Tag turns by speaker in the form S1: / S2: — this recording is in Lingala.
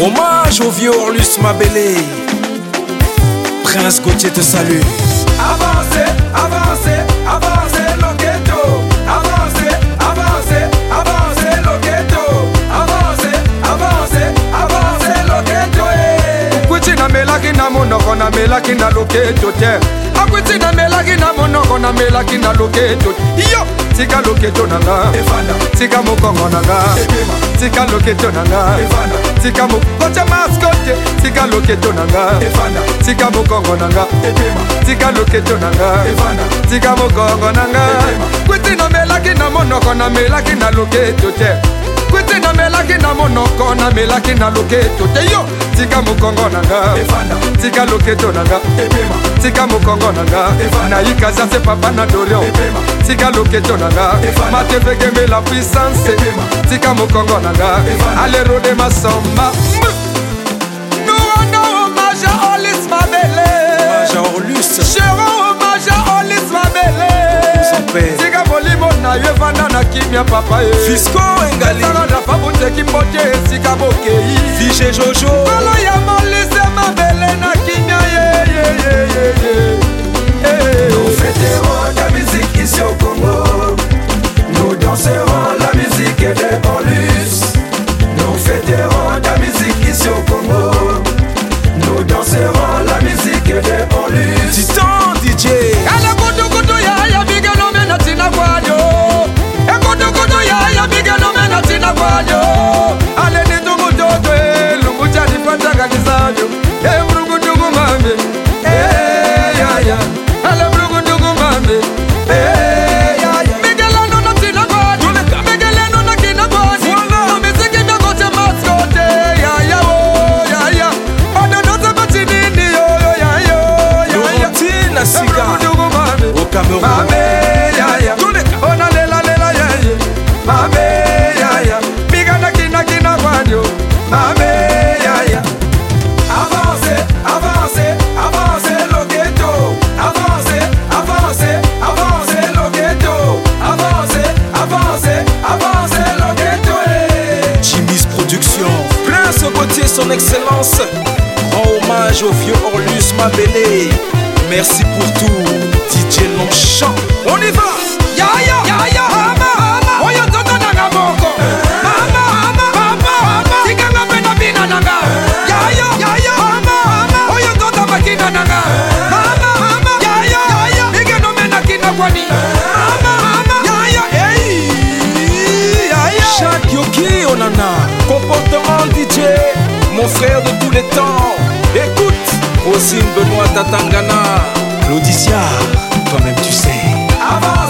S1: Hommage au vieux Orlus Mabélé. Prince Gauthier te salue.
S2: Avancez, avancez, avancez le ghetto. Avancez, avancez, avancez le ghetto. Avancez, avancez, avancez le ghetto. eh. akuti namelaki na monoko namelaki na loketo te akuti namelaki na monoko namelaki na loketo yo tika loketo na nga
S3: Evanda.
S2: tika mokongo na nga
S3: Ebima.
S2: tika loketo na nga
S3: Evanda.
S2: tika mo- otya maskote tika loketo na nga
S3: Evanda.
S2: tika mokongo na nga
S3: Ebima.
S2: tika loketo na nga
S3: Evanda.
S2: tika mokongo na nga
S3: Ebima.
S2: kwiti namelaki na monoko namelaki na loketo te kwiti namelaki na monoko namelaki na loketo te yo tika mokongo na nga
S3: Evanda.
S2: tika loketo na nga
S3: Ebima.
S2: tika mokongo na nga
S3: Evanda.
S2: nayikaza se papa na dorion
S3: Ebima.
S2: tika loketo na nga
S3: Evanda.
S2: matefekembe la puissance
S3: Ebima.
S2: tika mokongo na nga
S3: Evanda.
S2: alerode masomba nous rendons hommage à Olis Mabele
S1: Hommage à Orlus.
S2: Jérôme hommage à Olis Mabele
S1: Super.
S2: tika molimo na yo evanda na kimia papa ye
S1: Fisco Ngali.
S2: esala na fabuteki mbote esika bokei
S1: Vigé Jojo.
S2: Bolo ya molise mabele na kimia ye, ye, ye, ye, ye. Eh, eh, eh.
S3: fêterons la musique ici au Congo. Nous danserons la musique des Bolus. Nous fêterons la musique ici au Congo. Nous danserons la musique des Bolus.
S1: Titan DJ.
S2: Kala kutukutu ya ya bigano mena tina kwayo. E kutukutu ya ya bigano mena tina kwayo. Ale ni tungu toto e lungu chani pata kakisanyo. E mrungu ndugu mambe. E ya ya. Ale mrungu ndugu mambe. E ya ya. Migelano na tina kwayo. Migelano na kina kwayo. Na miziki mya kote maskote. Ya ya wo ya ya. Ododote machinini yo yo ya yo ya ya.
S1: Laurentine Asiga. Au Cameroun.
S3: Avancez, avancez, avancez le ghetto. Avancez, avancez, avancez le ghetto. Avancez, avancez, avancez le ghetto. eh.
S1: Jimmy's Production. Prince Gauthier, son excellence. Rend hommage au vieux Orlus Mabélé. Merci pour tout, DJ Longchamp. On y va! Jacques Yoki Onana, comportement DJ, mon frère de tous les temps. Écoute, Rosine Benoît Tatangana, Claudicia, toi-même tu sais.
S3: Avancez,